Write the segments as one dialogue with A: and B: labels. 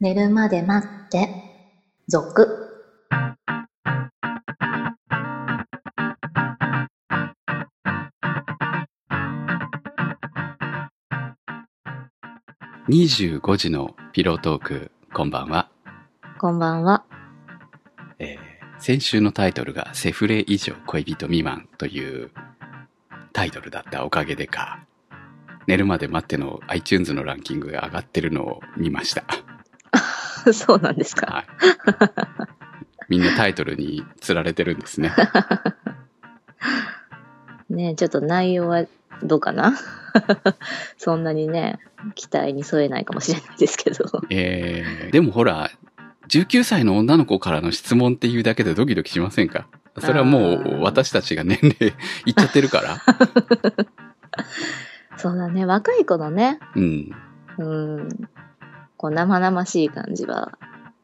A: 寝るまで待って、続。
B: 25時のピロートーク、こんばんは。
A: こんばんは。
B: えー先週のタイトルがセフレ以上恋人未満というタイトルだったおかげでか、寝るまで待っての iTunes のランキングが上がってるのを見 ました。
A: そうなんですか。
B: はい。みんなタイトルに釣られてるんですね。
A: ねえちょっと内容はどうかな そんなにね、期待に添えないかもしれないですけ ど。
B: えーでもほら、19歳の女の子からの質問っていうだけでドキドキしませんかそれはも
A: あー
B: う私たちが年齢いっちゃってるから。
A: そうだね、若い子のね、
B: うん。
A: うん、こう生々しい感じは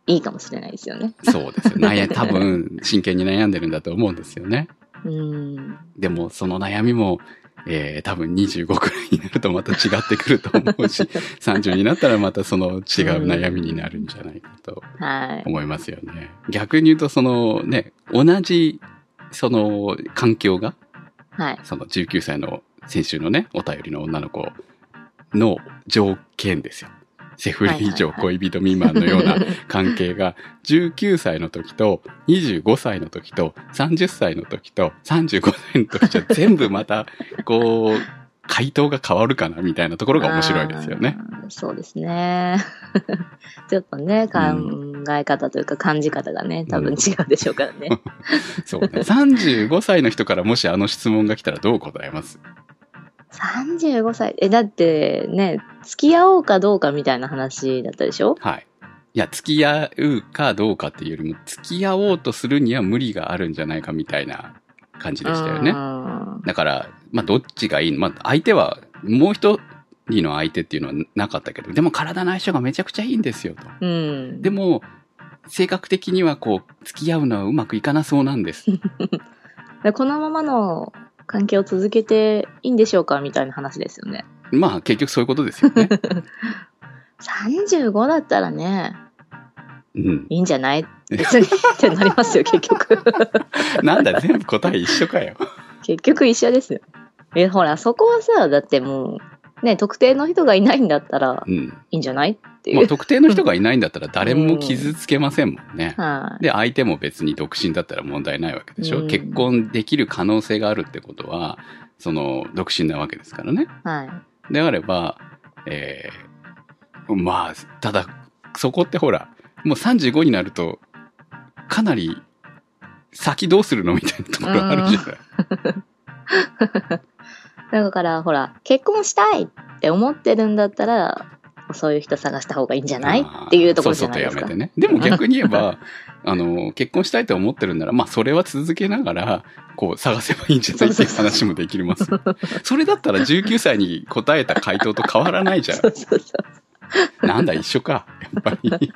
A: いいかもしれないですよね。
B: そうですよ。悩多分、真剣に悩んでるんだと思うんですよね。
A: うん。
B: でも、その悩みも、えー多分25くらいになるとまた違ってくると思うし、30になったらまたその違う悩みになるんじゃないかと
A: はい。
B: 思いますよね。逆に言うと、そのね、同じ、その環境が、
A: はい。
B: その19歳の先週のね、お便りの女の子の条件ですよ。セフレ以上
A: はいは
B: 恋人未満のような関係が19歳の時と25歳の時と30歳の時と35歳の時じゃ全部またこう回答が変わるかなみたいなところが面白いですよね。
A: あー。そうですね。 ちょっとね、考え方というか感じ方がね、多分違うでしょうからね。
B: そうね。35歳の人からもしあの質問が来たらどう答えます
A: 35歳。え、だってね、付き合おうかどうかみたいな話だったでしょ
B: はい。いや、付き合うかどうかっていうよりも、付き合おうとするには無理があるんじゃないかみたいな感じでしたよね。
A: うん
B: だから、まあ、どっちがいいのまあ、相手は、もう一人の相手っていうのはなかったけど、でも体の相性がめちゃくちゃいいんですよと。
A: うん。
B: でも、性格的にはこう、付き合うのはうまくいかなそうなんです。
A: でこのままの関係を続けていいんでしょうかみたいな話ですよね。
B: まあ、結局そういうことですよね。
A: 35だったらね、
B: うん。
A: いいんじゃ ない別にってなりますよ、結局。
B: なんだ、全部答え一緒かよ。
A: 結局一緒ですよ。え、ほら、そこはさ、だってもう、ね、特定の人がいないんだったら
B: うん。
A: いいんじゃないって
B: も
A: いうう。
B: 特定の人がいないんだったら誰も傷つけませんもんね。
A: はい。
B: で、相手も別に独身だったら問題ないわけでしょ、
A: うん
B: 結婚できる可能性があるってことは、その、独身なわけですからね。
A: はい。
B: であれば、えーまあ、ただ、そこってほら、もう35になると、かなり、先どうするのみたいなところあるじゃない。
A: だからほら結婚したいって思ってるんだったらそういう人探した方がいいんじゃない
B: あー
A: っていうところじゃないです
B: そ
A: か
B: うそうとやめてね。でも逆に言えば、 あの、結婚したいと思ってるんなら、まあ、それは続けながら、こう、探せばいいんじゃないっていう話もで きますよ。それだったら19歳に答えた回答と変わらないじゃ
A: そうそうそう
B: ない。なんだ、一緒か。やっぱり。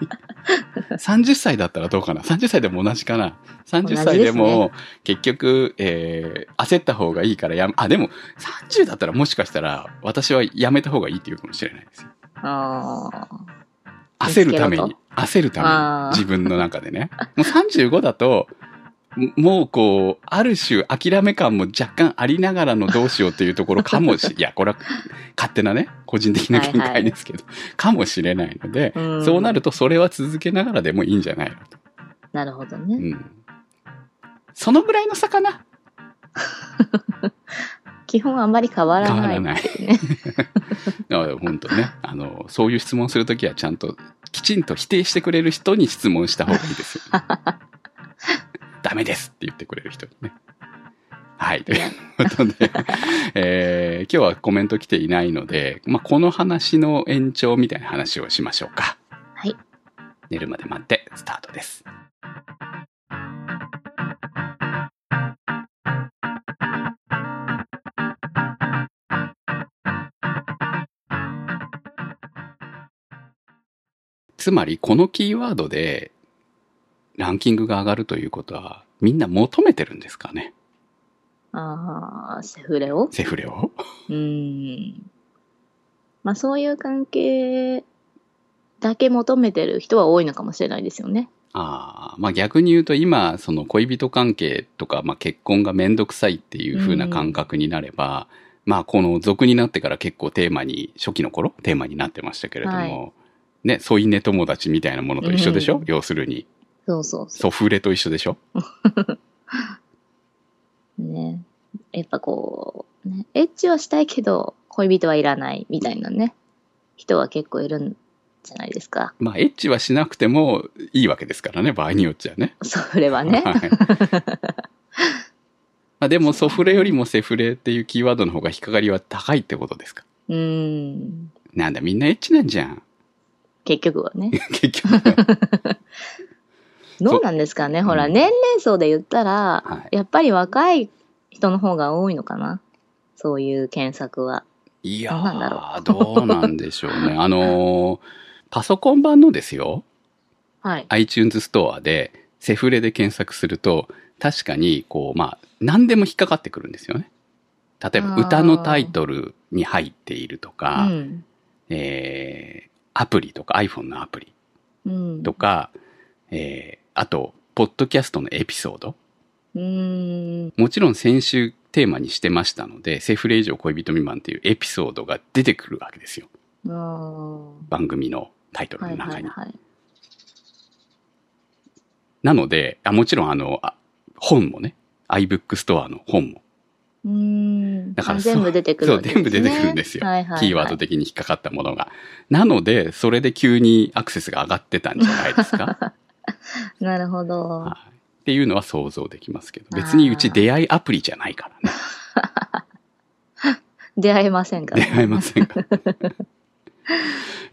B: 30歳だったらどうかな。30歳でも同じかな。30歳でも、結局、えー、焦った方がいいからやめ、あ、でも、30だったらもしかしたら、私はやめた方がいいって言うかもしれないですよ。
A: あー
B: 焦るため
A: 見つけ
B: に、焦るた
A: あー
B: めに、自分の中でね。もう35だと、もうこう、ある種諦め感も若干ありながらのどうしようっていうところか もし、いや、これは勝手なね、個人的な見
A: はいは
B: 解
A: い
B: ですけど、かもしれないので、
A: うん
B: そうなるとそれは続けながらでもいいんじゃないのと。
A: なるほど
B: う
A: ね
B: ん。そのぐらいの差かな
A: 基本あんまり変わら
B: 変わ
A: な
B: ら
A: い
B: ない。
A: ね
B: だから本当ね、 あの、そういう質問するときはちゃんときちんと否定してくれる人に質問した方がいいですよ、 ダメですって言ってくれる人にね。はい。ということで、えー今日はコメント来ていないので、まあ、この話の延長みたいな話をしましょうか。
A: はい。
B: 寝るまで待って、スタートです。つまり、このキーワードで、ランキングが上がるということは、みんな求めてるんですかね
A: あーセフレを
B: セフレを。
A: うんまあそういう関係だけ求めてる人は多いのかもしれないですよね。
B: ああ、まあ逆に言うと今、その恋人関係とか、まあ結婚がめんどくさいっていう風な感覚になれば、まあこの俗になってから結構テーマに、初期の頃テーマになってましたけれども、
A: は
B: ね、添い寝友達みたいなものと一緒でしょ、
A: うん
B: 要するに。
A: そうそうそ
B: ソフレと一緒でしょ
A: う。ね。やっぱこう、ね、エッチはしたいけど、恋人はいらないみたいなね、人は結構いるんじゃないですか。
B: まあエッチはしなくてもいいわけですからね、場合によっちゃね。
A: それはね。
B: はいまあでもソフレよりもセフレっていうキーワードの方が引っかかりは高いってことですか
A: うーん。
B: なんだみんなエッチなんじゃん
A: 結局はね。
B: 結局
A: どうなんですかね。ほら、
B: うん
A: 年齢層で言ったら、
B: は
A: やっぱり若い人の方が多いのかな。そういう検索は。
B: いや
A: どうなんだろ
B: ーどうなんでしょう ねあのーパソコン版のですよ
A: はい。
B: iTunes ストアでセフレで検索すると確かにこうまあ何でも引っかかってくるんですよね例えば
A: あー
B: 歌のタイトルに入っていると
A: う
B: か、
A: ん。
B: えーアプリとか iPhone のアプリ
A: うん。
B: とか、えーあと、ポッドキャストのエピソード。
A: うーん。
B: もちろん先週テーマにしてましたので、セフレ以上恋人未満っていうエピソードが出てくるわけですよ。
A: あー
B: 番組のタイトル
A: は
B: の
A: い
B: 中に。
A: はいはい。
B: なのであ、もちろんあの、あ本もね、iBook ストアの本も、
A: うーん。
B: だから
A: あ
B: そう
A: 全部出てくるわけです、ね。
B: そう全部出てくるんですよ
A: はいはいはい、
B: キーワード的に引っかかったものが。なので、それで急にアクセスが上がってたんじゃないです か。
A: なるほど。
B: はいっていうのは想像できますけど、別にうち出会いアプリじゃないからね。
A: 出会えませんから、
B: 出会えませんかい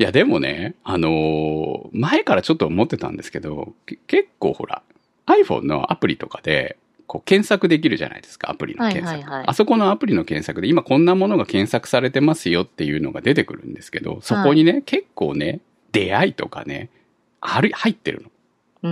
B: やでもねあのー前からちょっと思ってたんですけどけ結構ほら iPhone のアプリとかでこう検索できるじゃないですかアプリの検索、
A: はいはいはい
B: あそこのアプリの検索で今こんなものが検索されてますよっていうのが出てくるんですけどそこにね、結構ね出会いとかねある入ってるの
A: う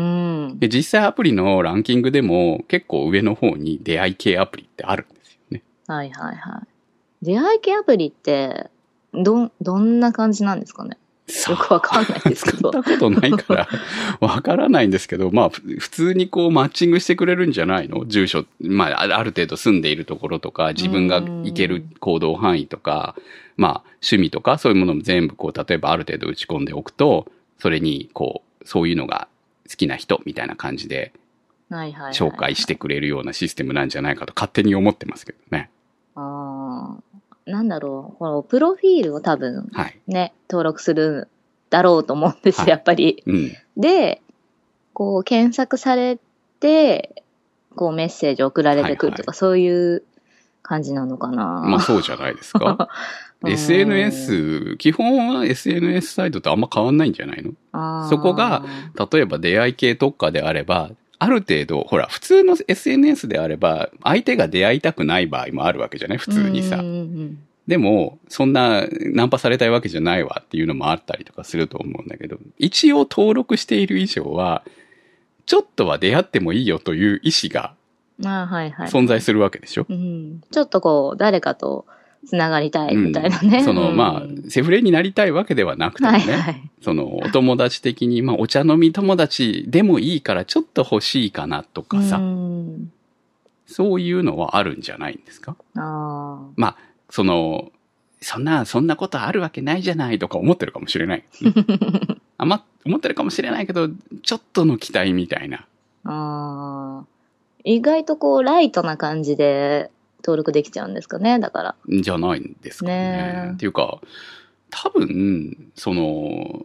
A: ん。
B: で実際アプリのランキングでも結構上の方に出会い系アプリってあるんですよね
A: はいはいはい。出会い系アプリって、どん、どんな感じなんですかね
B: さあ
A: よくわかんないですけ
B: 使っ
A: ど。
B: たことないから わからないんですけど、まあ、ふ普通にこうマッチングしてくれるんじゃないの住所、まあ、あるある程度住んでいるところとか、自分が行ける行動範囲とか、まあ、趣味とか、そういうものも全部こう、例えばある程度打ち込んでおくと、それにこう、そういうのが好きな人みたいな感じで
A: はいはいはい。
B: 紹介してくれるようなシステムなんじゃないかと勝手に思ってますけどね。
A: ああ、なんだろう、このプロフィールを多分
B: はい。
A: ね、登録するんだろうと思うんですよ、
B: はい
A: やっぱり。
B: うん。
A: で、こう検索されて、こうメッセージ送られてくるとか、そういう感じなのかな。
B: まあそうじゃないですか。
A: うん
B: SNS、基本は SNS サイトとあんま変わんないんじゃないの
A: あー
B: そこが、例えば出会い系特化であれば、ある程度、ほら、普通の SNS であれば、相手が出会いたくない場合もあるわけじゃない普通に
A: うん
B: さ
A: う。ん
B: でも、そんな、ナンパされたいわけじゃないわっていうのもあったりとかすると思うんだけど、一応登録している以上は、ちょっとは出会ってもいいよという意思が
A: うんあーはいはい。
B: 存在するわけでしょ、
A: うん、ちょっとこう、誰かとつながりたいみたいなね。
B: その、
A: うん
B: まあ、セフレになりたいわけではなくてもね、
A: はいはい。
B: その、お友達的に、まあ、お茶飲み友達でもいいから、ちょっと欲しいかなとかさ、
A: うん
B: そういうのはあるんじゃないんですか
A: あー
B: その、そんな、そんなことあるわけないじゃないとか思ってるかもしれ ない。あんま、思ってるかもしれないけど、ちょっとの期待みたいな。
A: ああ。意外とこう、ライトな感じで登録できちゃうんですかね、だから。
B: んじゃないんですかね
A: ね。え
B: っていうか、多分、その、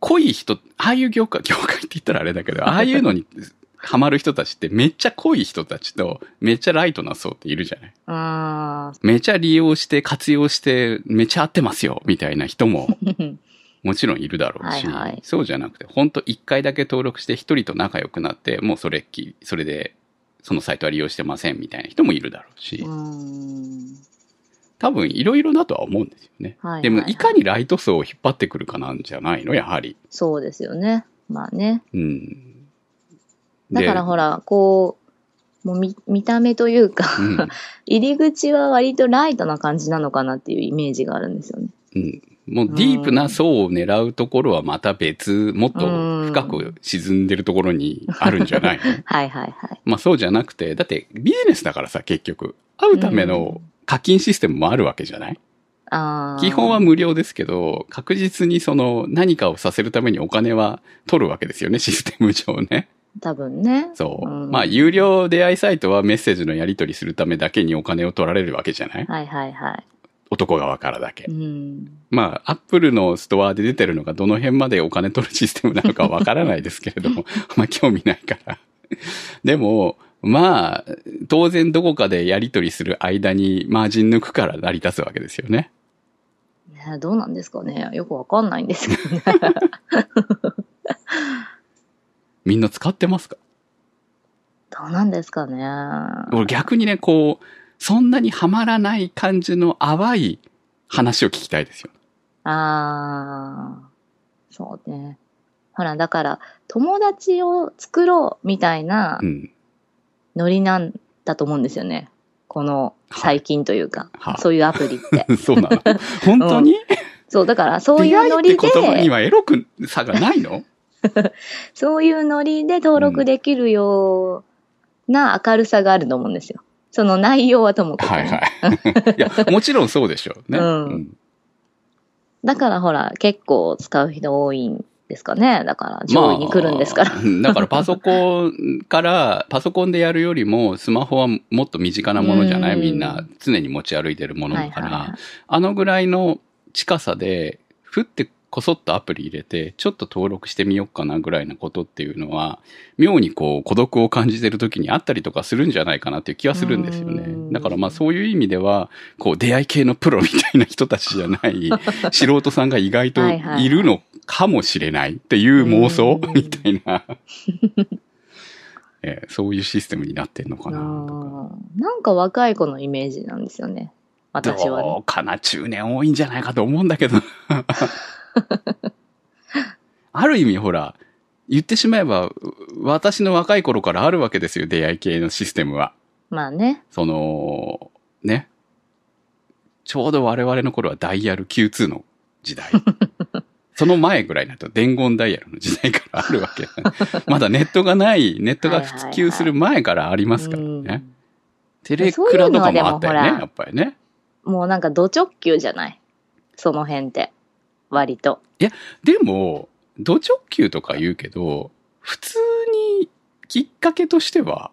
B: 濃い人、ああいう業界、 業界って言ったらあれだ けど、ああいうのにハマる人たちってめっちゃ濃い人たちと、めっちゃライトな層っているじゃない
A: ああ。
B: めちゃ利用して、活用して、めちゃ合ってますよ、みたいな人 ももちろんいるだろうし、
A: はいはい
B: そうじゃなくて、本当一回だけ登録して一人と仲良くなって、もうそれっきり、それで、そのサイトは利用してませんみたいな人もいるだろうし
A: う、ん。
B: 多分いろいろだとは思うんですよね。
A: はいはいはい
B: でも、いかにライト層を引っ張ってくるかなんじゃないの、やはり。
A: そうですよね。まあね。
B: うん。
A: だからほら、こう、もう見見た目というか、
B: ら うん、
A: 入り口は割とライトな感じなのかなっていうイメージがあるんですよね。
B: うん。もうディープな層を狙うところはまた別、もっと深く沈んでるところにあるんじゃないの
A: はいはいはい。
B: まあそうじゃなくて、だってビジネスだからさ、結局。会うための課金システムもあるわけじゃない、
A: あー
B: 基本は無料ですけど、確実にその何かをさせるためにお金は取るわけですよね、システム上ね。
A: 多分ね。
B: そう。
A: うん
B: まあ有料出会いサイトはメッセージのやり取りするためだけにお金を取られるわけじゃない
A: はいはいは
B: 男側からだ
A: い。
B: け
A: う。ん。
B: まあ、アップルのストアで出てるのがどの辺までお金取るシステムなのかはわからないですけれども、 まあ興味ないから。でも、まあ、当然どこかでやり取りする間にマージン抜くから成り立つわけですよね。
A: ねどうなんですかね。よくわかんないんです けどね。
B: みんな使ってますか
A: どうなんですかね。
B: 俺逆にね、こう、そんなにはまらない感じの淡い話を聞きたいですよ。
A: ああ、そうね。ほら、だから、友達を作ろうみたいな
B: うん。
A: ノリなんだと思うんですよね。この最近というか、
B: はあ
A: そういうアプリ って。
B: そう なの。本当に、
A: そう、だから、そうい
B: 出
A: う
B: 会
A: ノ
B: い
A: リ
B: って言葉に
A: で、
B: はエロくさがな いの
A: そういうノリで登録できるような明るさがあると思うんですよ。その内容はともかくね、
B: はいはい。 いや、もちろんそうでしょうね。
A: うんだからほら、結構使う人多いんですかね。だから、上位に来るんですから。
B: まあ うんだからパソコンから、パソコンでやるよりも、スマホはもっと身近なものじゃない
A: うん
B: みんな常に持ち歩いてるものだから、
A: はいはいはい
B: あのぐらいの近さで、ふってこそっとアプリ入れて、ちょっと登録してみようかなぐらいなことっていうのは、妙にこう孤独を感じてる時にあったりとかするんじゃないかなっていう気はするんですよ
A: う
B: ね。
A: ん
B: だからまあそういう意味では、こう出会い系のプロみたいな人たちじゃ ない、素人さんが意外と
A: はいはいはい
B: いるのかもしれないっていう妄想
A: うん
B: みたいな、えーそういうシステムになってんのかなと
A: うんなんか若い子のイメージなんですよね。
B: か。
A: 私は
B: ど
A: ね。
B: うかな中年多いんじゃないかと思うんだけど。 ある意味ほら、言ってしまえば、う私の若い頃からあるわけですよ、出会い系のシステムは。
A: まあね。
B: その、ね。ちょうど我々の頃はダイヤル Q2 の 時代。その前ぐらいだと伝言ダイヤルの時代からあるわけ。 まだネットがない、ネットが普及する前からありますからね。
A: うん
B: テレクラとかもあ
A: そう
B: ったよ
A: いうのはでもほ
B: ね
A: ら、
B: やっぱりね。
A: もうなんかド直球じゃない。その辺って。割と。
B: でも、ド直球とか言うけど、普通にきっかけとしては、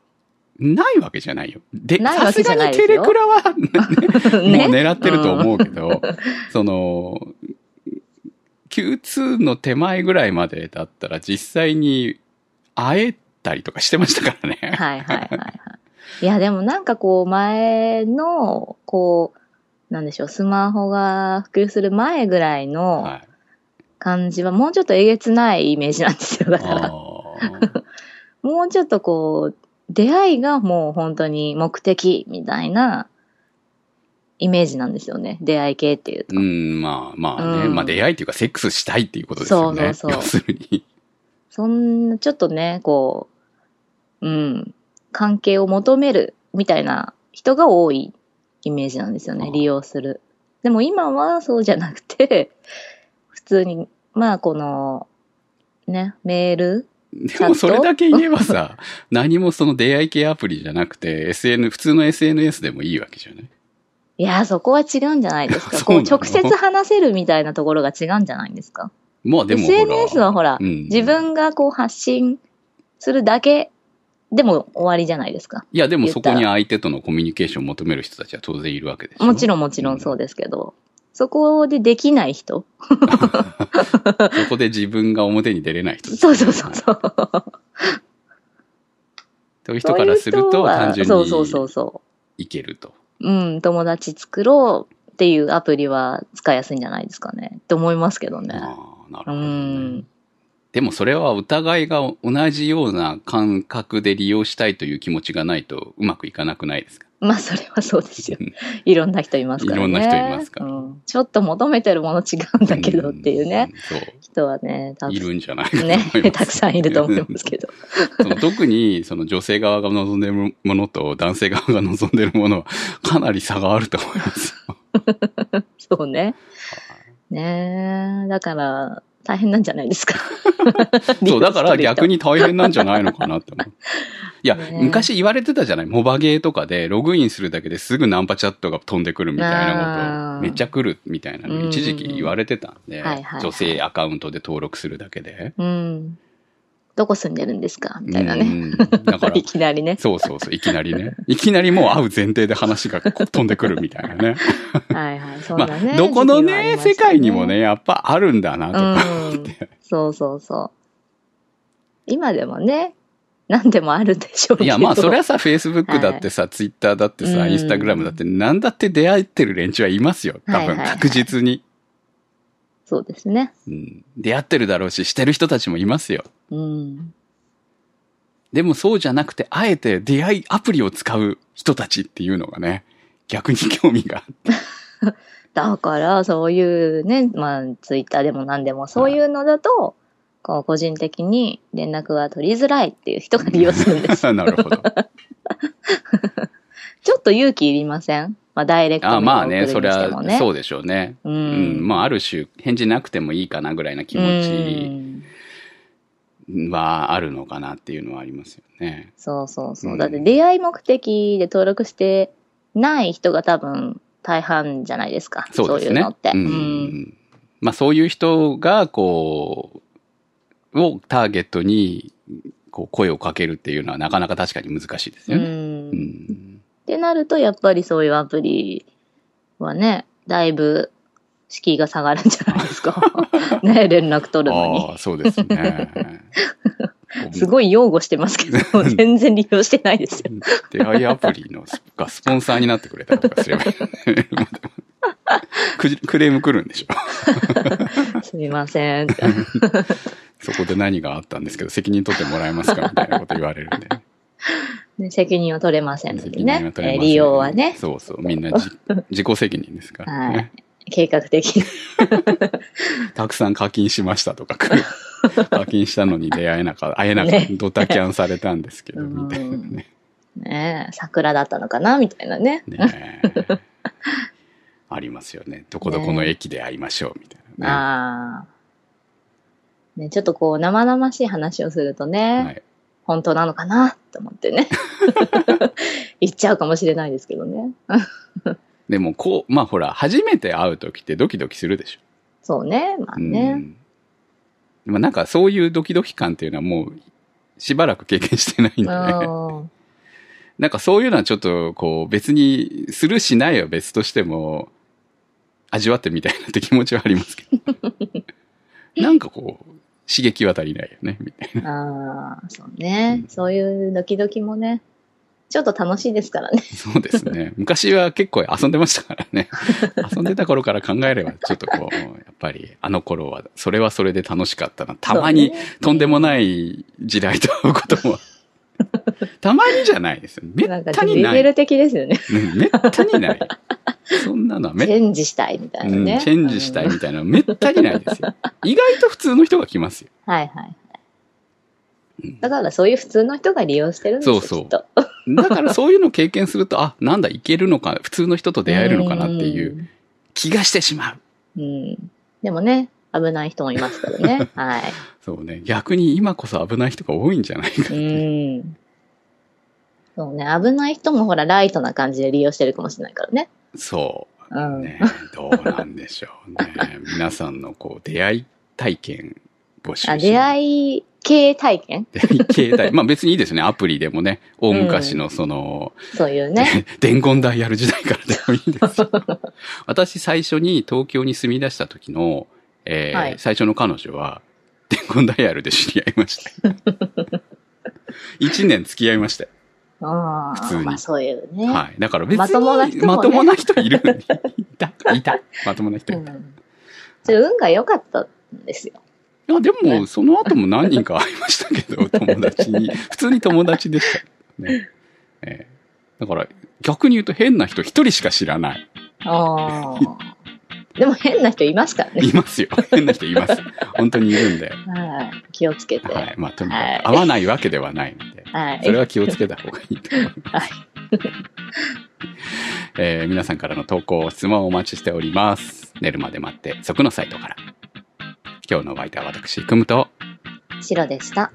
B: ないわけじゃないよ。で、
A: ない
B: さ
A: わ
B: す
A: けじ
B: が
A: ゃない
B: に
A: です
B: テ
A: よ
B: レクラは、 も う
A: ね。
B: 狙ってると思うけど、 その、Q2 の手前ぐらいまでだったら実際に会えたりとかしてましたか らね。
A: はいはいはいはい。いやでもなんかこう前の、こう、なんでしょう、スマホが普及する前ぐらいの
B: はい
A: 感じはもうちょっとえげつないイメージなんですよ。だから。
B: あ
A: もうちょっとこう、出会いがもう本当に目的みたいなイメージなんですよね。出会い系っていう
B: ー
A: と。
B: うん、まあまあね。
A: うん
B: まあ出会いっていうかセックスしたいっていうことですよね。
A: そうそうそう
B: 要するに。
A: そんな、ちょっとね、こう、うん、関係を求めるみたいな人が多いイメージなんですよ
B: ああ
A: ね。利用する。でも今はそうじゃなくて、 普通に、まあこの、ね、メール
B: でもそれだけ言えばさ、 何もその出会い系アプリじゃなくて、SN、普通の SNS でもいいわけじゃない
A: いやー、そこは違うんじゃないですか。
B: そう
A: こ
B: な
A: う、
B: の
A: 直接話せるみたいなところが違うんじゃないんですか。
B: まあでもほら。
A: SNS はほら
B: うん
A: 自分がこう発信するだけでも終わりじゃないですか。
B: いや、でもそこ
A: 言っ
B: に
A: た
B: 相手とのコミュニケーションを求める人たちは当然いるわけでしょ
A: もちろんもちろんそうですけど、そこでできない人
B: そこで自分が表に出れない人。
A: そうそうそうそう。
B: という人からす
A: そ
B: る
A: ういう人
B: と
A: は
B: 単純
A: そうそうそう
B: に
A: そ
B: いけると。
A: う。うん、友達作ろうっていうアプリは使いやすいんじゃないですかね。って思いますけどね。
B: ああ、な
A: う
B: るほど、ね
A: ん。。
B: でもそれはお互いが同じような感覚で利用したいという気持ちがないとうまくいかなくないですか
A: まあ、それはそうですよ。いろんな人いますからね。
B: いろんな人いますから
A: うん。ちょっと求めてるもの違うんだけどっていうね、。
B: うんそう。
A: 人はね、たく
B: いるんじゃないかと思います。
A: ね、 たくさんいると思いますけど。
B: その特にその女性側が望んでるものと男性側が 望んでるものはかなり差があると思います。
A: そうね。ねえ、だから、大変なんじゃない ですか。
B: そう、だから逆
A: に。
B: に大変なんじゃないのかなって思う。いや、
A: ねえ
B: 昔言われてたじゃないモバゲーとかでログインするだけですぐナンパチャットが飛んでくるみたいな
A: あー
B: こと、めっちゃ来るみたいな
A: うんうんう
B: の
A: ん
B: 一時期言われてたんで、
A: はいはい
B: 女性アカウントで登録するだけで。
A: うん。どこ住んでるんですかみたいな
B: う
A: ね。
B: んうんだか ら
A: い、きなりね。
B: そうそうそう、いきなりね。いきなりもう会う前提で話が飛んでくるみたいなね。
A: はいはい。そう
B: ま
A: だね。
B: あ、どこの
A: 時期はあ
B: ね、
A: りま
B: 世
A: した
B: 界にもね、。やっぱあるんだなとか。
A: うん。そうそうそう。今でもね、何でもあるんでしょうけど。
B: いや、まあ、そりゃさ、Facebook だってさ、Twitter だってさ、
A: うん
B: Instagram だって、なんだって出会ってる連中はいますよ。多
A: はい
B: 分、
A: はいはい
B: 確実に。
A: そうですね。
B: うん出会ってるだろうし、してる人たちもいますよ。
A: うん。
B: でも、そうじゃなくて、あえて出会いアプリを使う人たちっていうのがね、逆に興味 が。
A: だから、そういうね、まあ、ツイッターでも何でも、そういうのだと、こう、個人的に連絡が取りづらいっていう人が利用するんです。
B: なるほど。
A: ちょっと勇気いりませんまあ、ダイレクトに
B: あまあね、
A: 送
B: そ
A: る
B: り
A: にして
B: ゃ
A: も、ね
B: そうでしょうね。
A: う
B: うんん、まあ、ある種、返事なくてもいいかなぐらいな気持
A: うん
B: ちはあるのかなっていうのはありますよね。
A: そうそうそう、
B: うん
A: だって出会い目的で登録してない人が多分大半じゃないですか
B: そうですね。
A: いうのって、
B: うんまあそういう人が、こう、をターゲットに、こう、声をかけるっていうのはなかなか確かに難しいです
A: う
B: よね。
A: ん
B: う
A: っ
B: ん。
A: てなるとやっぱりそういうアプリはねだいぶ敷居が下がるんじゃないです かね連絡取るの
B: あ
A: に。
B: あ、そうですね
A: すごい擁護してますけ ど全然利用してないですよ
B: 出会いアプリのスがスポンサーになってくれたりとかすればいいクジクレーム来るんでしょ。
A: すみません
B: そこで何があったんですけど、責任取ってもらえますかみたいなこと言われる んでね。
A: ね責任は取れませんので
B: 責
A: ね
B: 任は取れ
A: えー
B: ません
A: 利用はね
B: そうそう。みんなじ自己責任ですからね。
A: はい計画的に
B: たくさん課金しましたとか、 来る課金したのに出会えなかった、会えなか っ
A: ね
B: た、ドタキャンされたんですけど、
A: うん
B: みたいなね。
A: ねえ桜だったのかなみたいなね。
B: ね えありますよね。どこどこの駅で会いましょう、みたいなね。
A: ああ。ね、ちょっとこう生々しい話をするとね、
B: はい、
A: 本当なのかなと思ってね。 言っちゃうかもしれないですけどね。
B: でも、こう、まあほら、初めて会う時ってドキドキするでし
A: そうね、まあ
B: ょ。う
A: ね。
B: ん。まあなんかそういうドキドキ感っていうのはもう、しばらく経験してないん
A: う
B: でね。
A: ん。
B: なんかそういうのはちょっと、こう、別に、するしないは別としても、味わってみたいなって気持ちはありますけ ど。なんかこう、刺激は足りないよね、みたいな。
A: ああ、そうね、
B: うん
A: そういうドキドキもね、ちょっと楽しいですからね。
B: そうですね。昔は結構遊んでましたから ね。遊んでた頃から考えれば、ちょっとこう、やっぱり、あの頃は、それはそれで楽しかったな。たまに、
A: そうね
B: とんでもない時代と会うことも。たまにじゃないですよ。め
A: なん
B: っ
A: か
B: た
A: ちょっと
B: に
A: レ
B: な
A: ベ
B: い。
A: ル的ですよね。
B: うんめったにない。そんなのはめ
A: チェンジしたいみたいな
B: う
A: ね。
B: ん、チェンジしたいみたいなのめったにないですよ。意外と普通の人が来ますよ。
A: はいはいはい。だからそういう普通の人が利用してるんですよ、
B: そうそう
A: きっと。
B: だからそういうのを経験すると、あ、なんだ、いけるのか、普通の人と出会えるのかなっていう気がしてしま
A: う
B: う。
A: ん。うん。でもね、危ない人もいますから ね。はい。
B: そうね。逆に今こそ危ない人が多いんじゃないか。
A: うん。そうね、危ない人もほら、ライトな感じで利用してるかもしれないからね。
B: そうう。
A: ん。
B: ね、どうなんでしょうね。皆さんのこう、出会い体験募集
A: あ
B: し
A: 出会い系体験
B: 出会い形態。まあ別にいいですよね。アプリでもね。大昔のその、
A: そういうね。
B: 伝言台やる時代からでもい いんですよ私最初に東京に住み出した時の、えー
A: はい
B: 最初の彼女は伝言ダイヤルで知り合いました一年付き合いましたよ、
A: あ
B: 普通
A: あ、
B: に
A: まあそういうね。
B: はい、だから別に
A: まともな人もね
B: まともな人いるい たいたまともな人
A: う
B: いた、
A: ん。それ運が良かったんですよ。
B: いやでもその後も何人か会いましたけど友達に普通に友達でした、ねえーだから逆に言うと変な人一人しか知らない
A: ああ。でも変な人いますからね。
B: いますよ。変な人います。本当にいるんで。
A: はい。気をつけて。
B: は
A: はい。
B: い。まあ、とにか
A: はい
B: く合わないわけではないので、それは気をつけた方がいいと思います。
A: はい
B: えー皆さんからの投稿、質問をお待ちしております。寝るまで待って、即のサイトから。今日のお相手は私、くむと、
A: 白でした。